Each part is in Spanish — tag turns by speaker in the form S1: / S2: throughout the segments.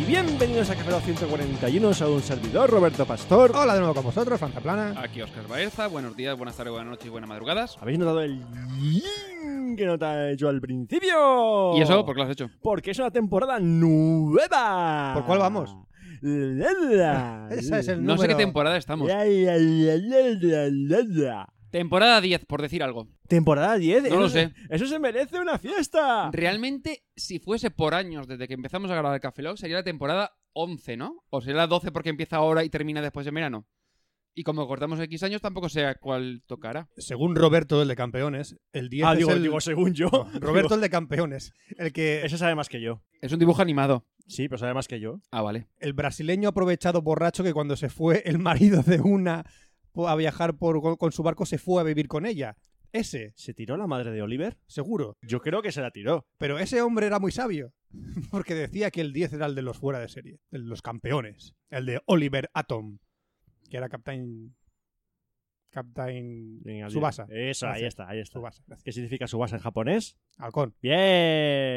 S1: Y bienvenidos a Café Lock 141, soy un servidor, Roberto Pastor.
S2: Hola de nuevo con vosotros, Franza Plana.
S3: Aquí Oscar Baerza, buenos días, buenas tardes, buenas noches y buenas madrugadas.
S1: ¿Habéis notado el yin que nota yo al principio?
S2: Oh.
S3: ¿Y eso por qué lo has hecho?
S1: Porque es una temporada nueva.
S2: ¿Por cuál vamos?
S1: La, la,
S2: Ese es el
S3: No sé qué
S2: número-
S3: temporada estamos.
S1: la, la, la, la, la, la.
S3: Temporada 10, por decir algo.
S1: Temporada 10.
S3: No lo
S1: eso se-
S3: sé.
S1: Eso se merece una
S2: Ah.
S1: fiesta.
S3: Realmente, si fuese por años desde que empezamos a grabar el Café Lock, sería la temporada 11, ¿no? O sería la 12 porque empieza ahora y termina después en verano. Y como cortamos X años, tampoco sé a cuál tocará.
S2: Según Roberto, el de campeones, el 10
S1: Ah,
S2: es
S1: digo,
S2: el...
S1: digo, según yo.
S2: No, Roberto, el de campeones. El que
S1: Ese sabe más que yo.
S3: Es un dibujo animado.
S1: Sí, pero sabe más que yo.
S3: Ah, vale.
S2: el brasileño aprovechado borracho que cuando se fue el marido de una po- a viajar por, con su barco se fue a vivir con ella. Ese,
S1: ¿Se tiró la madre de Oliver?
S2: seguro.
S1: Yo creo que se la tiró.
S2: Pero ese hombre era muy sabio, porque decía que el 10 era el de los fuera de serie, de los campeones, el de Oliver Atom, que era Captain Captain
S1: Venga, Eh,
S2: Subasa.
S1: Eso, ahí
S2: Gracias.
S1: está, ahí está.
S2: Subasa, gracias.
S1: ¿Qué significa subasa en japonés?
S2: Halcón.
S1: ¡Bien!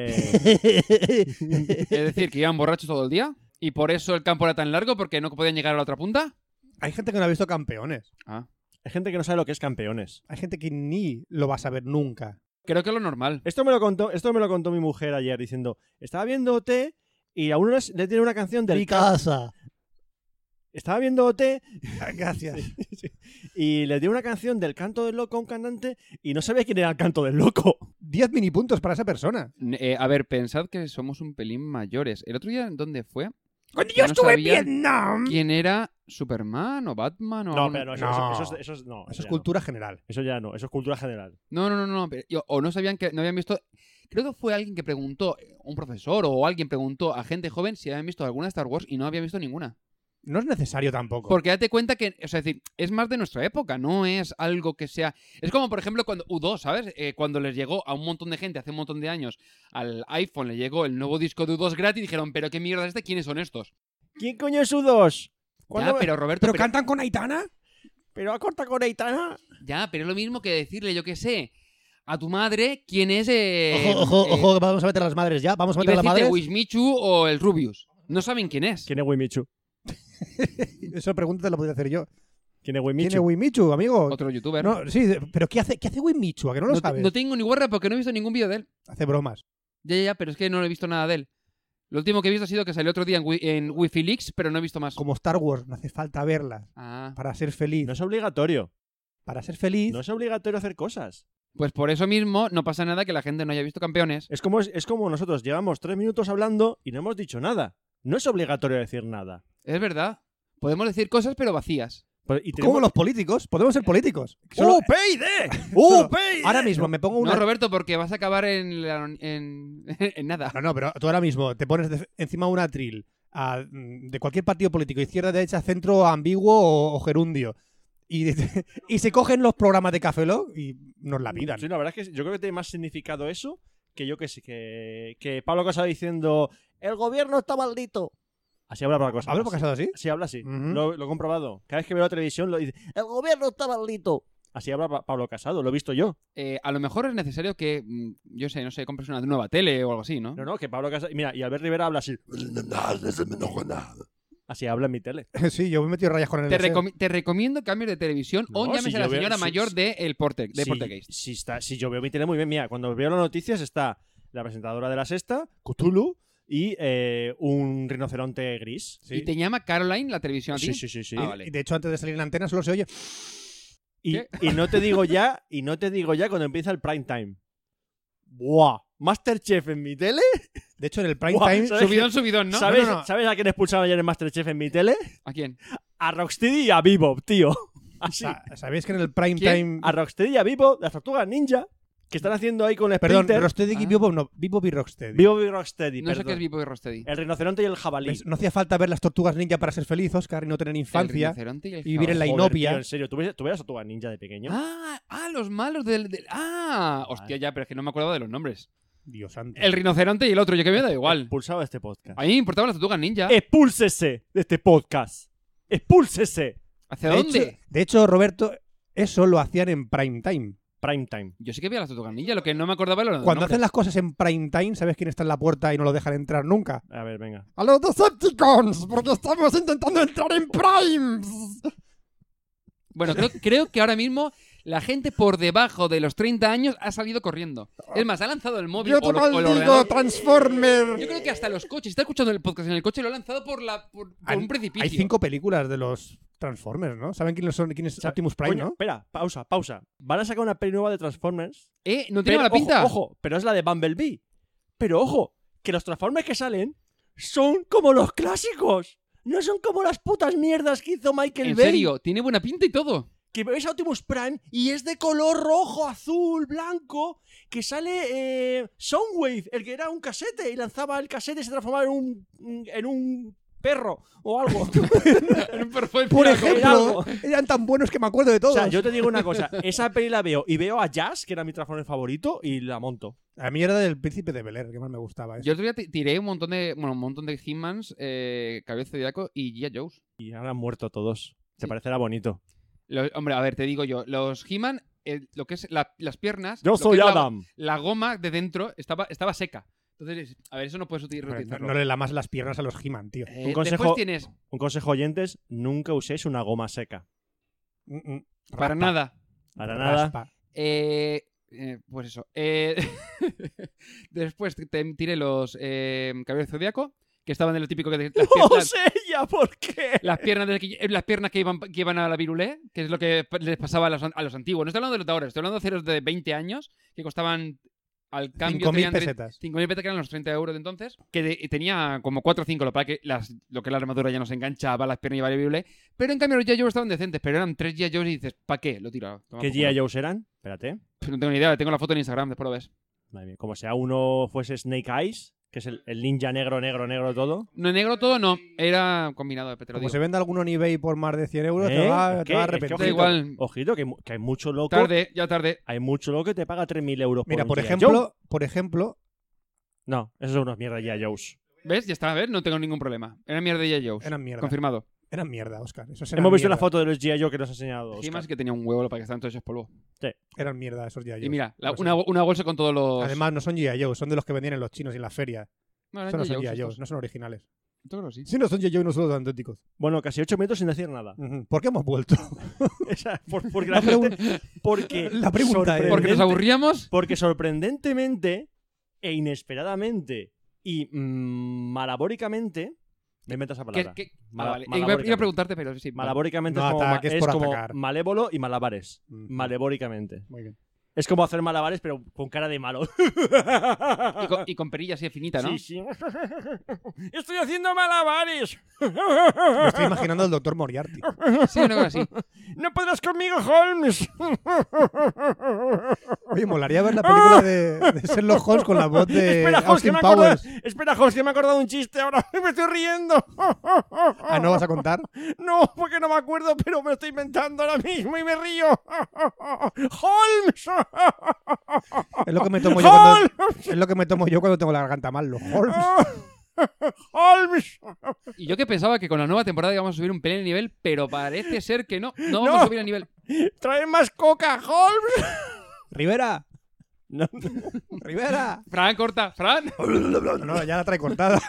S3: Es decir, que iban borrachos todo el día. Y por eso el campo era tan largo, porque no podían llegar a la otra punta.
S2: Hay gente que no ha visto campeones.
S3: Ah.
S1: Hay gente que no sabe lo que es campeones.
S2: Hay gente que ni lo va a saber nunca.
S3: Creo que es lo normal.
S1: Esto me lo contó, esto me lo contó mi mujer ayer diciendo, estaba viendo OT y a uno les- le tiene una canción del...
S2: casa.
S1: Estaba viendo OT
S2: Ah, Gracias.
S1: y le tiene una canción del canto del loco a un cantante y no sabía quién era el canto del loco.
S2: 10 mini puntos para esa persona.
S3: N- eh, a ver, pensad que somos un pelín mayores. ¿El otro día dónde fue?
S1: Mm.
S2: Cuando
S3: yo No estuve en sabía
S2: Vietnam.
S3: ¿Quién era Superman o Batman o
S1: No,
S3: algún-
S1: pero no, eso,
S2: No.
S1: Eso, eso es- eso es- no.
S2: Eso es
S1: ya
S2: cultura general.
S1: no. Eso ya no, eso es cultura general.
S3: No, no, no, no, pero- yo- o no sabían que no habían visto. Creo que fue alguien que preguntó, eh, un profesor o alguien preguntó a gente joven si habían visto alguna Star Wars y no habían visto ninguna.
S2: No es necesario tampoco.
S3: Porque date cuenta que, o sea, es decir, es más de nuestra época, no es algo que sea. Es como, por ejemplo, cuando U2, ¿sabes? Eh, cuando les llegó a un montón de gente hace un montón de años al iPhone, le llegó el nuevo disco de U2 gratis y dijeron, ¿pero qué mierda es este? ¿Quiénes son estos?
S1: ¿Quién coño es U2? ¿Cuándo
S3: Ya,
S1: va-
S3: pero Roberto, pero-
S2: cantan con Aitana?
S1: pero a corta con Aitana.
S3: Ya, pero es lo mismo que decirle, yo qué sé, a tu madre quién es. eh,
S4: Ojo, ojo,
S3: eh,
S4: ojo, que vamos a meter a las madres ya. Vamos a
S3: iba
S4: meter
S3: a
S4: a las
S3: decirte
S4: madres.
S3: Wismichu o el Rubius. No saben quién es.
S1: ¿Quién es Wimichu?
S2: Esa pregunta te la podría hacer yo.
S1: ¿Quién es
S2: ¿Quién es
S1: Wimichu?
S2: Wimichu, amigo?
S3: Otro youtuber.
S2: No, sí, pero ¿qué hace, qué hace Wimichu? ¿A que no lo
S3: No te-
S2: sabes?
S3: no tengo ni guarda porque no he visto ningún vídeo de él.
S2: Hace bromas.
S3: Ya, ya, ya, pero es que no he visto nada de él. Lo último que he visto ha sido que salió otro día en, Wi- en Wi-Fi Leaks, pero no he visto más.
S2: Como Star Wars, no hace falta verla
S3: Ah,
S2: para ser feliz.
S1: No es obligatorio.
S2: Para ser feliz,
S1: No es obligatorio hacer cosas.
S3: pues por eso mismo no pasa nada que la gente no haya visto
S2: Eh.
S3: campeones.
S1: Es como, es como nosotros llevamos tres minutos hablando y no hemos dicho nada. No es obligatorio decir nada.
S3: Es verdad. Podemos decir cosas, pero vacías.
S1: Pero- y
S2: como
S1: tenemos-
S2: los políticos, podemos ser políticos. Solo-
S1: ¡UPyD!
S2: Solo-
S1: ¡UPyD!
S2: ahora mismo me pongo una...
S3: No, Roberto, porque vas a acabar en, la- en- en nada.
S2: No, no, pero tú ahora mismo te pones de- encima un atril a- mm, de cualquier partido político, izquierda, derecha, centro, ambiguo o, o gerundio. Y, y se cogen los programas de Café Lock y nos la pidan.
S1: Sí, la verdad es que yo creo que tiene más significado eso que yo que sé, que, que Pablo Casado diciendo el gobierno está maldito. Así habla Pablo Casado.
S2: ¿Hablo por casado así?
S1: Sí, habla así.
S2: Ujú.
S1: lo, lo he comprobado. Cada vez que veo la televisión lo dice.
S4: El gobierno está maldito.
S1: Así habla Pa- Pablo Casado, lo he visto yo.
S3: Eh, a lo mejor es necesario que, mm, yo sé, no sé, compres una nueva tele o algo así, ¿no?
S1: No, no, que Pablo Casado. Mira, y Albert Rivera habla así. Así habla en mi tele.
S2: Sí, yo me he metido rayas con el
S3: Te,
S2: deseo.
S3: recomi- te recomiendo cambiar de televisión
S1: No,
S3: o llames
S1: si
S3: a la
S1: yo veo-
S3: señora
S1: si-
S3: mayor
S1: si-
S3: de el Porte, de
S1: si,
S3: Portegeist.
S1: si está, si yo veo mi tele muy bien, mira, cuando veo las noticias está la presentadora de la sexta, Cthulhu, y eh, un rinoceronte gris.
S3: Y te llama Caroline la televisión a ti.
S1: Sí, sí, sí, sí.
S3: Ah,
S2: Y
S3: vale.
S2: de hecho, antes de salir en antena solo se oye.
S1: Y,
S3: ¿Qué?
S1: y no te digo ya, y no te digo ya cuando empieza el prime time. ¡Buah! ¿Masterchef en mi tele?
S2: De hecho, en el prime
S1: Buah,
S2: time.
S1: ¿sabes?
S3: Subidón, subidón, ¿no?
S1: ¿Sabes,
S2: No, no, no.
S1: sabes a quién expulsaron ayer en Masterchef en mi tele?
S3: ¿A quién?
S1: A Rocksteady y a Bebop, tío. Así.
S2: sa- ¿Sabéis que en el prime
S3: ¿Quién?
S2: time.
S1: A Rocksteady y a Bebop, las tortugas ninja. que están haciendo ahí con el
S2: Perdón,
S1: Splinter.
S2: Rocksteady y
S3: Ah.
S2: Bebop no, Bebop y Rocksteady.
S1: Vivo y Rocksteady,
S3: No sé qué es
S1: perdón.
S3: Vivo y Rosteady.
S1: El rinoceronte y el jabalí.
S2: ¿Ves? No hacía falta ver las tortugas ninja para ser feliz, Oscar, y no tener infancia.
S3: y el
S2: y vivir en la
S1: Joder,
S2: inopia.
S1: tío, en serio, ¿tú, ves- tú veías a tu ninja de pequeño?
S3: Ah, ah, los malos del, del- Ah, hostia, ya, pero es que no me acuerdo de los nombres.
S2: Dios santo.
S3: El rinoceronte y el otro, yo que me da igual.
S1: Expulsado de este podcast.
S3: A mí me importaban las tortugas ninja.
S1: Eh, ¡Expúlsese de este podcast! ¡Expúlsese!
S3: ¿Hacia
S2: de
S3: dónde?
S2: Hecho, de hecho, Roberto, eso lo hacían en prime time.
S1: Prime time.
S3: Yo sí que veía las tortugas ninja, lo que no me acordaba era los
S2: Cuando
S3: nombres.
S2: hacen las cosas en prime time, ¿sabes quién está en la puerta y no lo dejan entrar nunca?
S1: A ver, venga.
S2: ¡A los Decepticons! Porque estamos intentando entrar en primes.
S3: Bueno, creo, creo que ahora mismo la gente por debajo de los 30 años ha salido corriendo. Es más, ha lanzado el móvil o, lo- o el ordenador.
S2: Transformer.
S3: Yo creo que hasta los coches. Está escuchando el podcast en el coche, lo ha lanzado por, la, por, por
S2: Hay-
S3: un precipicio.
S2: Hay cinco películas de los Transformers, ¿no? ¿Saben quiénes son? ¿Quién es Optimus Prime,
S1: Coño,
S2: no?
S1: Espera, pausa, pausa. Van a sacar una peli nueva de Transformers.
S3: ¿Eh? ¿No tiene
S1: Pero,
S3: mala pinta?
S1: Ojo, ojo, pero es la de Bumblebee. Pero ojo, que los Transformers que salen son como los clásicos. No son como las putas mierdas que hizo Michael
S3: en
S1: Bay.
S3: serio, tiene buena pinta y todo.
S1: Que ves a Optimus Prime y es de color rojo, azul, blanco. Que sale eh, Soundwave, el que era un casete y lanzaba el casete y se transformaba en un, en un perro o algo.
S3: Pero fue-
S2: Por
S3: mira,
S2: ejemplo, eran tan buenos que me acuerdo de
S1: o
S2: todos.
S1: sea, yo te digo una cosa. Esa peli la veo y veo a Jazz, que era mi Transformer favorito, y la monto.
S2: A mí era del Príncipe de Bel Air, que más me gustaba. ¿eh?
S3: Yo el otro día ti- tiré un montón de, bueno, un montón de Hitmans, eh, Cabeza de Diaco y Gia Joes.
S1: Y ahora han muerto todos. Te
S3: Sí.
S1: parecerá bonito.
S3: Lo- hombre, a ver, te digo yo, los He-Man, eh, lo que es la- las piernas,
S1: Yo
S3: lo
S1: soy
S3: que es la-
S1: Adam.
S3: La, goma de dentro estaba, estaba seca. Entonces, a ver, eso no puedes uti-
S2: Pero no,
S3: reutilizarlo.
S2: no le lamas las piernas a los He-Man, tío.
S3: Eh,
S1: Un consejo-
S3: Después tienes,
S1: Un consejo oyentes, nunca uséis una goma seca.
S2: Mm, mm.
S3: para
S2: Raspa,
S3: nada,
S1: Para nada.
S2: raspa.
S3: eh, eh, pues eso. eh, después te- te tiré los eh, Cabeza de Diaco, que estaban en lo típico que... te-
S1: ¡No
S2: ¡Oh,
S3: Las piernas,
S1: sé ya por qué!
S3: las piernas, de- eh, las piernas que, iban, que iban a la virulé, que es lo que pa- les pasaba a los, an- a los antiguos. No estoy hablando de los de ahora, estoy hablando de ceros de 20 años que costaban al cambio.
S2: 5.000
S3: tenían tre-
S2: pesetas.
S3: 5.000 pesetas que eran los 30 euros de entonces, que de- tenía como 4 o 5, lo, para que las, lo que es la armadura ya no se enganchaba, las piernas iban a la virulé. Pero en cambio los G.I. Joes estaban decentes, pero eran 3 G.I. Joes y dices, ¿para qué? Lo tiro. toma,
S1: ¿Qué
S3: por
S1: G.I.
S3: culo".
S1: Joes eran? Espérate.
S3: No tengo ni idea, tengo la foto en Instagram, después lo ves.
S1: Madre mía, Como sea uno fuese Snake Eyes, que es el, el ninja negro, negro, negro todo.
S3: No, negro todo no, era combinado, te lo
S2: Como
S3: digo.
S2: se venda alguno en eBay por más de 100 euros,
S1: ¿Eh?
S2: te va,
S1: Es
S2: te
S1: que-
S2: va a
S1: es que
S2: arrepentir.
S3: Da igual,
S1: Ojito, que, hay mu- que hay mucho loco.
S3: tarde, ya tarde.
S1: Hay mucho loco que te paga 3.000 euros por
S2: Mira,
S1: un
S2: por
S1: G.I. Joe.
S2: ejemplo, por ejemplo,
S1: No, esos son unos mierda G.I. Joes.
S3: ¿Ves? Ya está, ¿ves? No tengo ningún problema. Era mierda de G.I. Joes.
S2: eran mierda.
S3: Confirmado.
S2: Eran mierda, Oscar. Esos eran
S1: Hemos visto
S2: mierda.
S1: una foto de los G.I. Joe que nos ha enseñado. Oscar.
S3: He-Man sí que tenía un huevo para que estaban todos esos polvos.
S2: Eran mierda esos G.I.
S3: Y mira, la-
S2: Lo sé.
S3: una, una bolsa con todos los.
S2: Pues Además, no son G.I. Joe, son de los que vendían en los chinos y en las ferias.
S3: no, eran
S2: Estos no son
S3: G.I.
S2: G.I.
S3: Joes
S2: Joe, no son originales.
S3: estos. Yo creo que sí.
S2: Si no son G.I. Joe, no son los auténticos.
S1: Bueno, casi 8 minutos sin decir nada.
S2: Ujú. ¿Por qué hemos vuelto?
S1: Esa- por- porque
S2: La
S1: la gente-
S2: pregun-
S1: porque
S2: la pregunta ¿eh? es-
S3: Porque nos
S1: sorprendente-
S3: aburríamos.
S1: Porque sorprendentemente e inesperadamente y mm, malabóricamente. Me invento esa
S3: que-
S1: palabra.
S3: que- ah,
S1: Mala-
S3: vale. Iba, iba
S1: malabóricamente.
S3: a preguntarte, pero sí. vale.
S1: Malabóricamente
S2: No
S1: es como, ma-
S2: ataques
S1: es
S2: por
S1: como
S2: atacar.
S1: malévolo y malabares.
S2: Ujú.
S1: Malebóricamente.
S2: Muy bien.
S1: Es como hacer malabares, pero con cara de malo.
S3: Y con, y con perilla así finita, ¿no?
S1: Sí, sí. Estoy haciendo malabares.
S2: Me estoy imaginando al doctor Moriarty.
S3: Sí, una cosa así.
S1: No podrás conmigo, Holmes.
S2: Oye, molaría ver la película de, de Sherlock Holmes con la voz de
S1: Espera, Holmes, que
S2: Austin
S1: me he acordado.
S2: Powers.
S1: Espera, Holmes, que me he acordado un chiste ahora. Me estoy riendo.
S2: Ah, ¿no vas a contar?
S1: No, porque no me acuerdo, pero me lo estoy inventando ahora mismo y me río. ¡Holmes!
S2: Es lo que me tomo yo cuando, es lo que me tomo yo cuando tengo la garganta mal, los Holmes.
S1: ¡Holmes!
S3: Y yo que pensaba que con la nueva temporada íbamos a subir un pelín de nivel, pero parece ser que no. No vamos
S1: No.
S3: a subir el nivel.
S1: ¡Trae más coca, Holmes!
S2: ¡Rivera!
S1: No,
S2: ¡Rivera!
S3: Fran, corta. Fran.
S2: No, ya la trae cortada.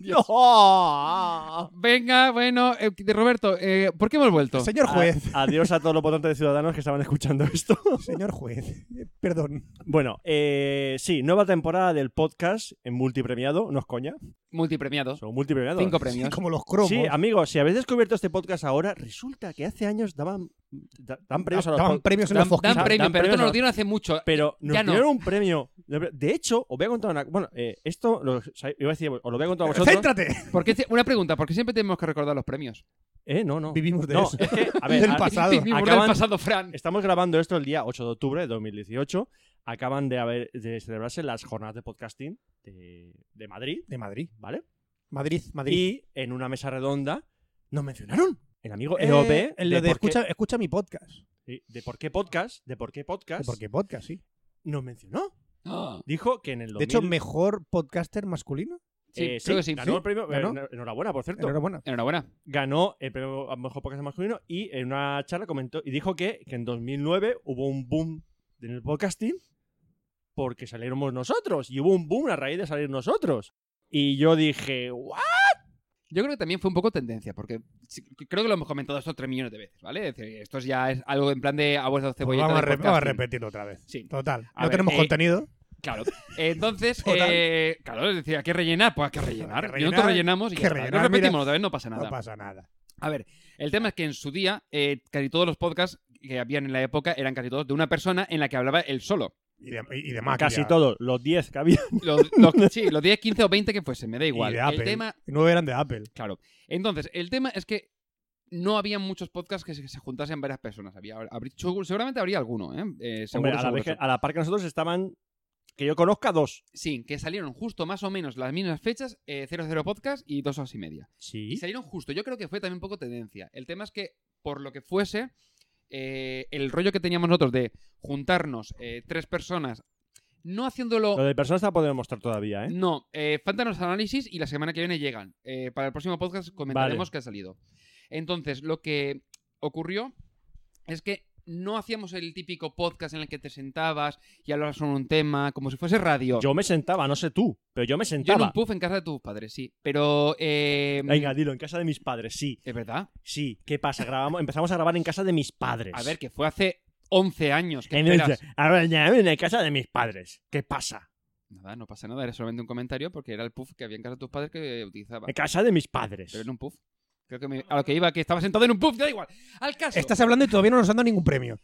S1: no.
S3: Venga, bueno. eh, de Roberto, eh, ¿por qué hemos vuelto?
S2: Señor juez.
S1: A- adiós a todos los votantes de ciudadanos que estaban escuchando esto.
S2: Señor juez. Perdón.
S1: Bueno, eh, sí, nueva temporada del podcast en multipremiado. No es coña.
S3: Multipremiado.
S1: Son multipremiados.
S3: Cinco premios.
S2: Como los cromos.
S1: Sí, amigos, si habéis descubierto este podcast ahora, resulta que hace años daban, da- dan premios a los
S2: Daban
S1: podcasts.
S2: premios en
S1: Dan-
S2: los fosquitos.
S3: Dan
S1: Dan
S3: premio, pero
S1: premios
S3: esto
S1: a
S3: nos lo
S1: los-
S3: dieron hace mucho.
S1: Pero nos
S3: Ya no.
S1: dieron un premio. De hecho, os voy a contar una. Bueno, eh, esto lo, iba a decir, os lo voy a contar a vosotros.
S2: ¡Céntrate!
S3: ¿Por qué- este, una pregunta, ¿por qué siempre tenemos que recordar los premios?
S1: Eh, no, no.
S2: Vivimos de
S1: No,
S2: eso.
S1: es que, a ver,
S2: Del
S1: a-
S2: pasado.
S3: Mi burla del
S1: Acaban-
S3: pasado, Fran.
S1: estamos grabando esto el día 8 de octubre de 2018. acaban de, haber, de celebrarse las jornadas de podcasting de, de Madrid,
S2: De Madrid.
S1: ¿vale?
S2: Madrid, Madrid.
S1: Y en una mesa redonda nos mencionaron el amigo E
S2: Eh,
S1: EOB
S2: en lo de
S1: por qué-
S2: escucha, escucha mi podcast.
S1: sí, de por qué podcast, de por qué podcast,
S2: Porque podcast, sí.
S1: nos mencionó.
S3: Ah,
S1: Dijo que en el 2000,
S2: De hecho, mejor podcaster masculino.
S3: sí,
S1: eh,
S3: creo que sí.
S1: ganó el premio.
S2: ganó.
S1: eh, Enhorabuena, por cierto.
S2: Enhorabuena.
S3: Enhorabuena.
S1: ganó el premio a mejor podcast masculino y en una charla comentó y dijo que, que en 2009 hubo un boom en el podcasting porque salíamos nosotros y hubo un boom a raíz de salir nosotros. Y yo dije, ¡guau!
S3: Yo creo que también fue un poco tendencia, porque sí, creo que lo hemos comentado esto tres millones de veces, ¿vale? Es decir, esto ya es algo en plan de "Ah, abuelo cebolleta.
S2: Pues vamos, a re-
S3: de
S2: vamos a
S3: podcasting.
S2: repetirlo otra vez.
S3: Sí.
S2: Total.
S3: A
S2: no
S3: ver,
S2: tenemos
S3: eh,
S2: contenido.
S3: Claro. Entonces,
S2: Total.
S3: eh, claro, es decir, hay que rellenar, pues hay que rellenar.
S2: Hay que
S3: Y nosotros
S2: rellenar,
S3: rellenamos y
S2: que
S3: ya está.
S2: rellenar,
S3: Nos repetimos
S2: mira.
S3: otra vez, no pasa nada.
S2: No pasa nada.
S3: A ver, el tema es que en su día, eh, casi todos los podcasts que habían en la época eran casi todos de una persona en la que hablaba él solo.
S2: Y de, y de Mac
S1: Casi
S2: ya.
S1: todos, los 10 que había.
S3: Los, los- sí, los 10, 15 o 20 que fuese, me da
S2: Y
S3: igual.
S2: de
S3: El
S2: Apple.
S3: tema,
S2: Nueve eran de Apple.
S3: claro. Entonces, el tema es que no había muchos podcasts que se, se juntasen varias personas. Había, habrí- seguro- seguramente habría alguno, ¿eh? Eh, seguro,
S1: Hombre, a, la
S3: seguro,
S1: vez que-
S3: seguro.
S1: a la par que nosotros estaban, que yo conozca, dos.
S3: Sí, que salieron justo más o menos las mismas fechas, eh, 00 Podcast y dos horas y media. Y
S1: Sí.
S3: salieron justo. Yo creo que fue también un poco tendencia. El tema es que, por lo que fuese, eh, el rollo que teníamos nosotros de juntarnos eh, tres personas, no haciéndolo.
S1: Lo de personas te la podemos mostrar todavía, ¿eh?
S3: No, eh, faltan los análisis y la semana que viene llegan. Eh, para el próximo podcast comentaremos que ha salido. Entonces, lo que ocurrió es que no hacíamos el típico podcast en el que te sentabas y hablabas sobre un tema, como si fuese radio.
S1: Yo me sentaba, no sé tú, pero yo me
S3: Yo en un
S1: sentaba.
S3: puff en casa de tus padres, sí. Pero. eh,
S1: Venga, dilo, en casa de mis padres, sí.
S3: es verdad.
S1: Sí, ¿qué pasa? Grabamos, empezamos a grabar en casa de mis padres.
S3: A ver, que fue hace 11 años. ¿Qué
S1: En
S3: esperas?
S1: el- ahora ya en la casa de mis padres. ¿Qué pasa?
S3: Nada, no pasa nada, era solamente un comentario porque era el puff que había en casa de tus padres que utilizaba.
S1: En casa de mis padres.
S3: Pero era un puff. Creo que me- a lo que iba, que estaba sentado en un puff, da igual. Al caso.
S1: Este
S2: Estás hablando y todavía no nos han dado ningún premio.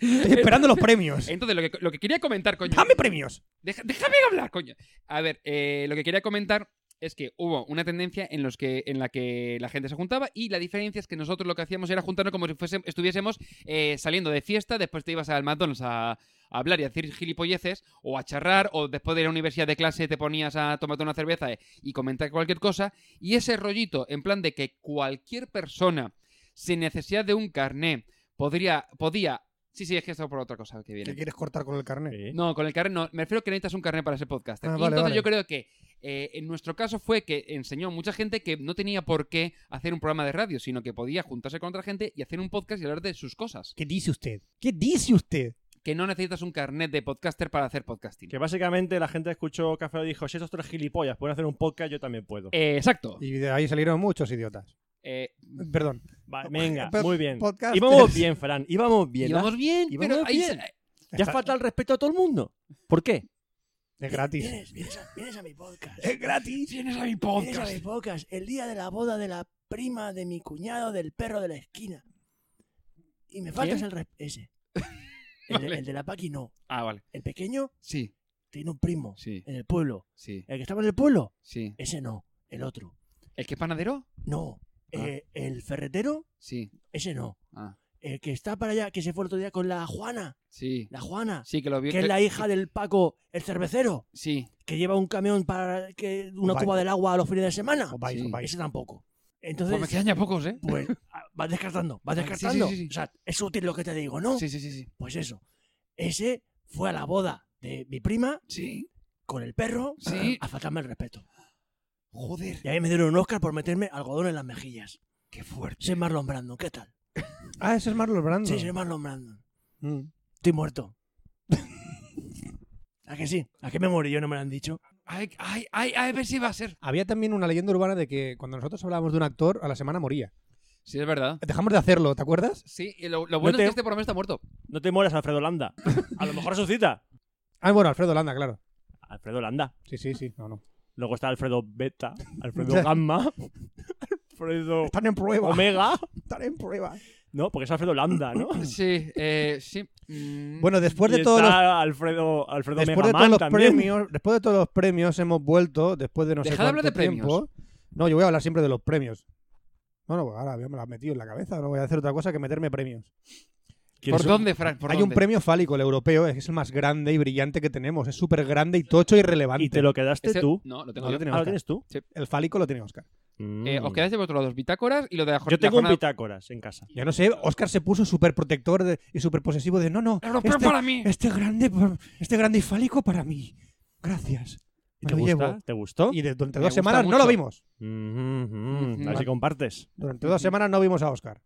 S2: Estoy esperando los premios.
S3: Entonces, lo que, lo que quería comentar, coño.
S2: ¡Dame premios!
S3: Deja- déjame hablar, coño. A ver, eh, lo que quería comentar es que hubo una tendencia en, los que, en la que la gente se juntaba y la diferencia es que nosotros lo que hacíamos era juntarnos como si fuese- estuviésemos eh, saliendo de fiesta, después te ibas al McDonald's a, a hablar y a decir gilipolleces o a charrar o después de la universidad de clase te ponías a tomarte una cerveza eh, y comentar cualquier cosa y ese rollito en plan de que cualquier persona sin necesidad de un carné podría, podía... Sí, sí, es que esto por otra cosa que viene.
S2: ¿Qué quieres cortar con el carnet?
S1: Sí.
S3: No, con el carnet no. Me refiero que necesitas un carnet para ser podcaster.
S2: Ah,
S3: y
S2: vale,
S3: entonces
S2: vale.
S3: yo creo que eh, en nuestro caso fue que enseñó a mucha gente que no tenía por qué hacer un programa de radio, sino que podía juntarse con otra gente y hacer un podcast y hablar de sus cosas.
S2: ¿Qué dice usted? ¿Qué dice usted?
S3: Que no necesitas un carnet de podcaster para hacer podcasting.
S1: Que básicamente la gente escuchó Café Lock y dijo, si estos tres gilipollas pueden hacer un podcast, yo también puedo.
S3: Eh, exacto.
S2: Y de ahí salieron muchos idiotas.
S3: Eh,
S2: Perdón.
S1: Va, venga,
S2: Pero-
S1: muy bien.
S2: podcasters.
S1: Íbamos bien, Fran, íbamos bien.
S3: íbamos bien,
S1: íbamos
S3: pero ahí
S1: bien.
S3: se- eh,
S1: Ya falta el respeto a todo el mundo. ¿Por qué?
S2: Es gratis.
S4: Vienes, vienes a, vienes a mi podcast.
S2: Es gratis.
S3: Tienes a mi
S4: Vienes a
S3: podcast.
S4: mi podcast. El día de la boda de la prima de mi cuñado del perro de la esquina. Y me faltas
S3: ¿Quién?
S4: el respeto. Ese. El, de-
S3: Vale.
S4: el de la Paqui no.
S3: Ah, vale.
S4: El pequeño
S3: Sí,
S4: tiene un primo
S3: sí,
S4: en el pueblo.
S3: sí,
S4: El que estaba en el pueblo.
S3: sí.
S4: Ese no. El otro.
S3: ¿El que es panadero?
S4: No.
S3: Ah.
S4: Eh, el ferretero.
S3: Sí.
S4: Ese no.
S3: Ah,
S4: El que está para allá, que se fue el otro día con la Juana.
S3: sí.
S4: La Juana.
S3: Sí, que lo vio.
S4: Que es la hija del Paco, el cervecero.
S3: Sí.
S4: Que lleva un camión para que una
S2: Vaya.
S4: cuba del agua a los fines de semana.
S2: Os vais,
S3: Sí.
S2: os vais.
S4: Ese tampoco.
S3: Pues me
S4: Entonces,
S3: quedan ya pocos, ¿eh?
S4: pues ah, vas descartando, vas
S3: Ah, sí, sí,
S4: descartando.
S3: sí, sí.
S4: O sea, es útil lo que te digo, ¿no?
S3: Sí, sí, sí, sí.
S4: Pues eso. Ese fue a la boda de mi prima
S3: Sí.
S4: con el perro
S3: Sí.
S1: Ah.
S4: a faltarme el respeto.
S3: Joder,
S4: Y ahí me dieron un Oscar por meterme algodón en las mejillas.
S3: qué fuerte.
S4: Soy Marlon Brando, ¿qué tal?
S2: Ah, ese es Marlon Brando.
S4: Sí, soy Marlon Brando.
S2: Mm.
S4: Estoy muerto. ¿A que sí? ¿A que me morí yo? ¿No me lo han dicho?
S3: Ay, ay, ay, ay, a ver si va a ser.
S2: Había también una leyenda urbana de que cuando nosotros hablábamos de un actor, a la semana moría.
S3: Sí, es verdad.
S2: Dejamos de hacerlo, ¿te acuerdas?
S3: Sí, y lo, lo bueno
S1: te-
S3: es que este por lo menos está muerto.
S1: No te mueras, Alfredo Landa. A lo mejor resucita.
S2: Ah, bueno, Alfredo Landa, claro.
S1: Alfredo Landa.
S2: Sí, sí, sí. No, no.
S1: Luego está Alfredo Beta, Alfredo Gamma, Alfredo
S2: Están en prueba.
S1: Omega.
S2: Están en prueba.
S1: No, porque es Alfredo Landa, ¿no?
S3: Sí, eh, sí. Mm,
S2: Bueno, después
S1: Y
S2: de todos los
S1: está Alfredo, Alfredo
S2: después de
S1: Megaman
S2: todos los
S1: también.
S2: premios, después de todos los premios hemos vuelto después de no sé
S3: Dejad de hablar
S2: cuánto
S3: de premios.
S2: tiempo. No, yo voy a hablar siempre de los premios. Bueno, pues ahora ya me lo has metido en la cabeza, no voy a hacer otra cosa que meterme premios.
S3: ¿Por
S1: ¿Quieres un-
S3: dónde, Frank? ¿Por
S2: Hay un
S3: dónde?
S2: premio fálico, el europeo, es el más grande y brillante que tenemos. Es súper grande y tocho y relevante.
S1: Y te lo quedaste
S3: Ese-
S1: tú.
S3: No, lo tengo
S2: No, lo
S3: yo.
S2: tenía
S1: Ah, lo
S2: Oscar.
S1: tienes tú.
S2: El fálico lo tiene Oscar.
S3: Eh, os
S1: Mm.
S3: quedáis de vosotros dos bitácoras y lo de la jor-
S1: Yo
S3: la
S1: tengo un
S3: jornada-
S1: bitácoras en casa.
S2: Ya no sé, Oscar se puso súper protector de- y súper posesivo de no, no.
S3: Europeo
S2: este,
S3: para mí.
S2: Este grande, este grande y fálico para mí. Gracias.
S1: ¿Y
S2: Me
S1: ¿Te
S2: lo
S1: gusta?
S2: llevo.
S1: ¿Te gustó?
S2: Y de- durante
S3: Me
S2: dos
S3: gusta
S2: semanas no
S3: mucho.
S2: lo vimos.
S1: Mm, mm, A ver
S3: Vale.
S1: si compartes.
S2: Durante dos semanas no vimos a Oscar.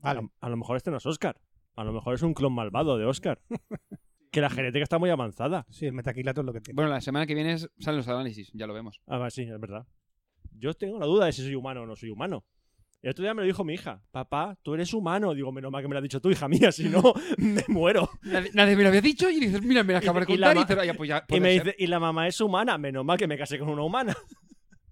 S2: Vale.
S1: A, a lo mejor este no es Oscar. A lo mejor es un clon malvado de Oscar. que la genética está muy avanzada.
S2: Sí, el metaquilato es lo que tiene.
S3: Bueno, la semana que viene es- salen los análisis, ya lo vemos.
S1: Ah, va, sí, es verdad. Yo tengo la duda de si soy humano o no soy humano. El otro día me lo dijo mi hija. Papá, tú eres humano. Digo, menos mal que me lo has dicho tú, hija mía. Si no, me muero.
S3: Nadie, nadie me lo había dicho y dices, mira, me lo acabo de
S1: Y- y la
S3: contar y,
S1: ma-
S3: dices, "Ay, pues ya,
S1: Y
S3: puede
S1: me
S3: ser".
S1: dice, y la mamá es humana, menos mal que me casé con una humana.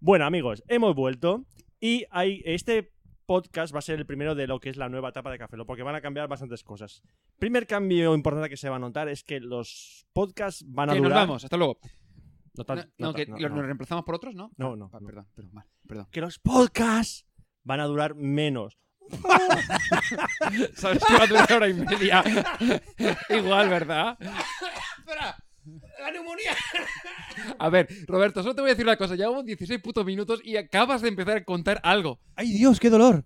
S1: bueno, amigos, hemos vuelto y hay, este podcast va a ser el primero de lo que es la nueva etapa de Café Lock, porque van a cambiar bastantes cosas. Primer cambio importante que se va a notar es que los podcasts van a
S3: Que nos
S1: durar...
S3: vamos, hasta luego.
S1: No, tan-
S3: No,
S1: no
S3: no,
S1: tan-
S3: que
S1: no,
S3: los-
S1: no.
S3: nos reemplazamos por otros, ¿no?
S1: No,
S3: Ah,
S1: no,
S3: ah,
S1: no.
S3: Perdón, perdón, mal, perdón.
S1: Que los podcasts van a durar menos.
S3: ¿Sabes que va a durar hora y media? Igual, ¿verdad?
S4: ¡Espera! ¡La neumonía!
S3: A ver, Roberto, solo te voy a decir una cosa. Llevamos 16 putos minutos y acabas de empezar a contar algo.
S2: ¡Ay, Dios, qué dolor!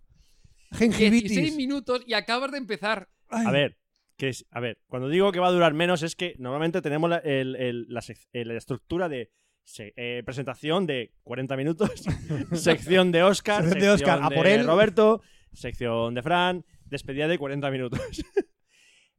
S3: 16
S2: Gengivitis.
S3: minutos y acabas de empezar.
S2: Ay.
S1: A ver, que es, a ver, cuando digo que va a durar menos es que normalmente tenemos la, el- el- la, sec- eh, la estructura de se- eh, presentación de 40 minutos, sección de Oscar,
S2: Sección
S1: sección
S2: de
S1: de,
S2: Óscar, a por él.
S1: Roberto, sección de Fran, despedida de 40 minutos.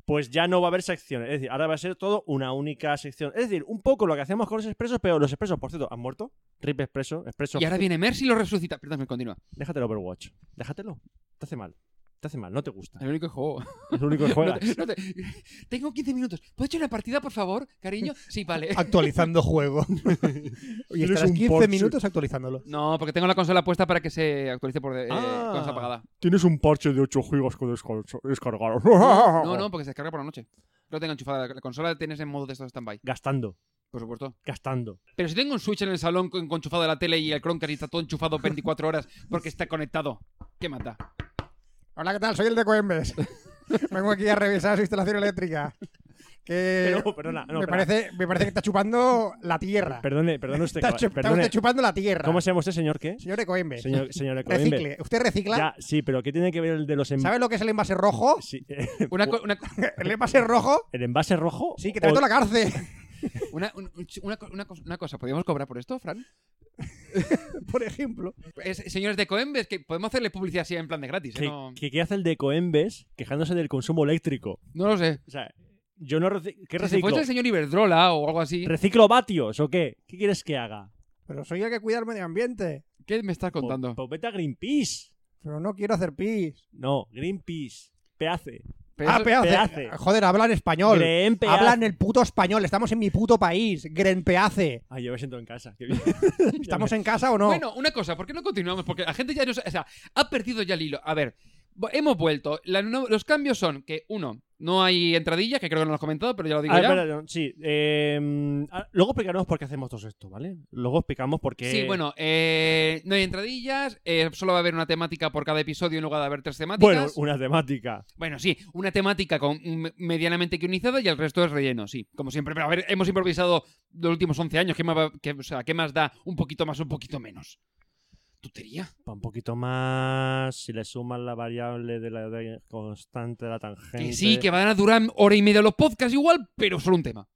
S1: Pues ya no va a haber secciones, es decir, ahora va a ser todo una única sección. Es decir, un poco lo que hacemos con los expresos, pero los expresos, por cierto, han muerto. Rip expreso, expreso.
S3: Y ahora viene Mercy y lo resucita. Perdón, me continúa.
S1: Déjatelo Overwatch, déjatelo. Te hace mal, te hace mal, no te gusta.
S3: El único juego.
S1: Es lo único que
S3: No
S1: juegas.
S3: te- no te- Tengo 15 minutos. ¿Puedo echar una partida, por favor, cariño? Sí, vale.
S2: Actualizando juego. y
S1: Eres
S2: estarás
S1: un
S2: 15
S1: Porsche.
S2: minutos actualizándolo.
S3: No, porque tengo la consola puesta para que se actualice por eh,
S1: Ah.
S3: consola apagada.
S1: Tienes un parche de 8 gigas que descar- descargaron.
S3: No, no, porque se descarga por la noche. No tengo enchufada. La consola la tienes en modo de estos stand-by,
S1: Gastando,
S3: por supuesto.
S1: gastando.
S3: Pero si tengo un Switch en el salón con, con enchufado a la tele y el Chromecast y está todo enchufado 24 horas porque está conectado, ¿qué mata?
S2: Hola, ¿qué tal? Soy el de Coembes. Vengo aquí a revisar su instalación eléctrica. Que
S1: Pero, perdona, no,
S2: Eh, me,
S1: espera.
S2: parece, me parece que está chupando la tierra.
S1: Perdone, perdone usted.
S2: está,
S1: cabal-
S2: chu- está
S1: perdone.
S2: usted chupando la tierra.
S1: ¿Cómo se llama usted, señor qué?
S2: Señor de Coembes.
S1: Señor, señor Ecoembe.
S2: Recicle. ¿Usted recicla?
S1: Ya, em- sí, pero ¿qué tiene que ver el de los envases?
S2: ¿Sabes lo que es el envase rojo?
S3: Una, co- una co-
S2: ¿El envase rojo?
S1: ¿El envase rojo?
S2: Sí, que te meto
S1: o-
S2: a la cárcel.
S3: una- un- una co- una cosa- una cosa, ¿podríamos cobrar por esto, Fran?
S2: Por ejemplo.
S3: Es- señores de Coembes, que podemos hacerle publicidad así en plan de gratis. ¿eh?
S1: ¿Qué,
S3: No,
S1: qué- qué hace el de Coembes quejándose del consumo eléctrico?
S3: no lo sé.
S1: O sea, yo no reci- ¿Qué
S3: Si
S1: reciclo?
S3: fuese el señor Iberdrola o algo así,
S1: ¿Reciclo vatios o qué? ¿Qué quieres que haga?
S2: Pero soy el que cuida el medio ambiente.
S3: ¿qué me estás
S1: Pues-
S3: contando?
S1: Pues vete a Greenpeace.
S2: Pero no quiero hacer pis.
S1: No, Greenpeace. Peace.
S3: Pero
S2: ah,
S3: eso-
S2: peace.
S1: peace.
S2: Joder, hablan español.
S1: Greenpeace.
S2: Hablan el puto español. Estamos en mi puto país. Grenpeace.
S1: Ay, Ah, yo me siento en casa. Qué bien.
S2: ¿Estamos en casa o no?
S3: Bueno, una cosa, ¿por qué no continuamos? Porque la gente ya no, sa- o sea, ha perdido ya el hilo. A ver, vo- hemos vuelto. La no- los cambios son que, uno, no hay entradilla, que creo que no lo has comentado, pero ya lo digo
S1: Ah,
S3: ya.
S1: perdón, sí. eh, ah, luego explicaremos por qué hacemos todo esto, ¿vale? Luego explicamos por qué.
S3: Sí, bueno, eh, no hay entradillas, eh, solo va a haber una temática por cada episodio en lugar de haber tres
S1: Bueno,
S3: temáticas. Bueno,
S1: una temática.
S3: sí, una temática con, mm, medianamente guionizada y el resto es relleno, sí, como siempre. Pero a ver, hemos improvisado los últimos 11 años, ¿qué más, va- qué- o sea, ¿qué más da un poquito más, un poquito menos? ¿Tutería?
S1: Pa' Un poquito más. Si le sumas la variable de la de- constante de la tangente.
S3: Que sí, que van a durar hora y media los podcasts igual, pero solo un tema.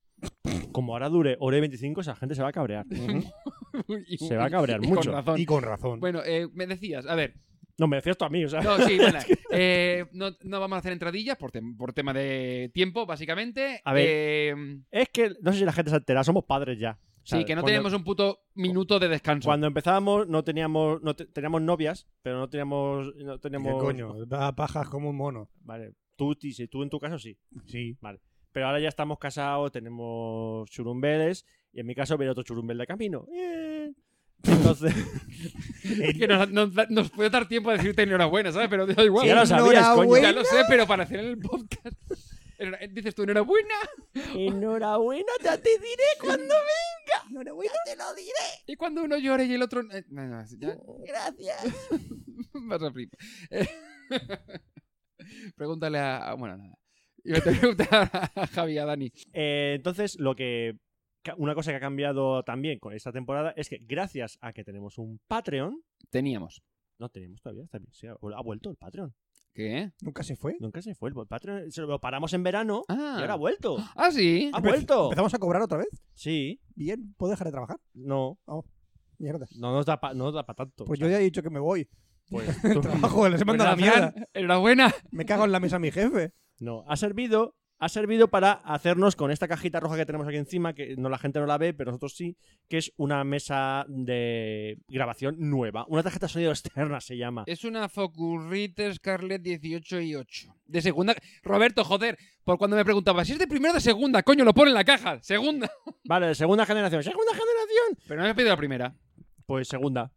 S1: Como ahora dure hora y 25, esa gente se va a cabrear.
S3: Y-
S1: Se va a cabrear
S3: y
S1: mucho.
S3: Con razón.
S2: Y con razón.
S3: Bueno, eh, me decías, a ver.
S1: No, me decías tú a mí, o sea.
S3: No, sí, bueno, eh, no, no vamos a hacer entradillas por, tem- por tema de tiempo, básicamente.
S1: A ver.
S3: Eh,
S1: Es que no sé si la gente se entera, somos padres ya. O sea,
S3: sí, que no
S1: cuando-
S3: tenemos un puto minuto de descanso.
S1: Cuando empezábamos no teníamos no te- teníamos novias, pero no teníamos no teníamos
S2: ¿Qué coño? Da pajas como un mono.
S1: Vale, tú ti- si tú en tu caso sí.
S2: Sí.
S1: Pero ahora ya estamos casados, tenemos churumbeles y en mi caso viene otro churumbel de camino. Eh, Entonces,
S3: Es que nos, nos da- nos puede dar tiempo a decirte enhorabuena, ¿sabes? Pero da igual.
S1: ya lo sabías, coño.
S3: Ya lo sé, pero para hacer el podcast. Enhora- Dices tú enhorabuena
S1: enhorabuena, ya te diré cuando
S4: ¡Enhorabuena! ¡Te lo diré!
S3: y cuando uno llora y el otro eh, no, no, ya
S4: ¡Gracias!
S3: vas a flipar. Eh, Pregúntale a. a- Bueno, nada. Yo te voy a preguntar a Javi, a Dani.
S1: Eh, entonces, lo que. ca- Una cosa que ha cambiado también con esta temporada es que gracias a que tenemos un Patreon.
S3: Teníamos.
S1: No tenemos todavía, está bien, se ha, ha vuelto el Patreon.
S3: ¿Qué?
S2: Nunca se fue.
S1: Nunca se fue. El Patreon se lo paramos en verano
S3: Ah.
S1: y ahora ha vuelto.
S3: Ah, sí.
S1: ¡Ha vuelto!
S2: ¿Empezamos a cobrar otra vez?
S1: Sí.
S2: Bien, ¿puedo dejar de trabajar?
S1: No,
S2: Mierda.
S1: no nos da para no nos da pa tanto.
S2: Pues yo ya he dicho que me voy.
S1: Pues,
S2: Trabajo, les he mandado a la
S3: Buena,
S2: mierda.
S3: Fran. Enhorabuena.
S2: Me cago en la mesa mi jefe.
S1: no, ha servido, ha servido para hacernos con esta cajita roja que tenemos aquí encima, que no la gente no la ve, pero nosotros sí, que es una mesa de grabación nueva. Una tarjeta de sonido externa se llama.
S3: Es una Focusrite Scarlett 18 y 8. De segunda. Roberto, joder. Por cuando me preguntaba, si es de primera o de segunda, coño, lo pone en la caja. Segunda.
S1: Vale, de segunda generación. ¡Segunda generación!
S3: Pero no me he pedido la primera.
S1: Pues segunda.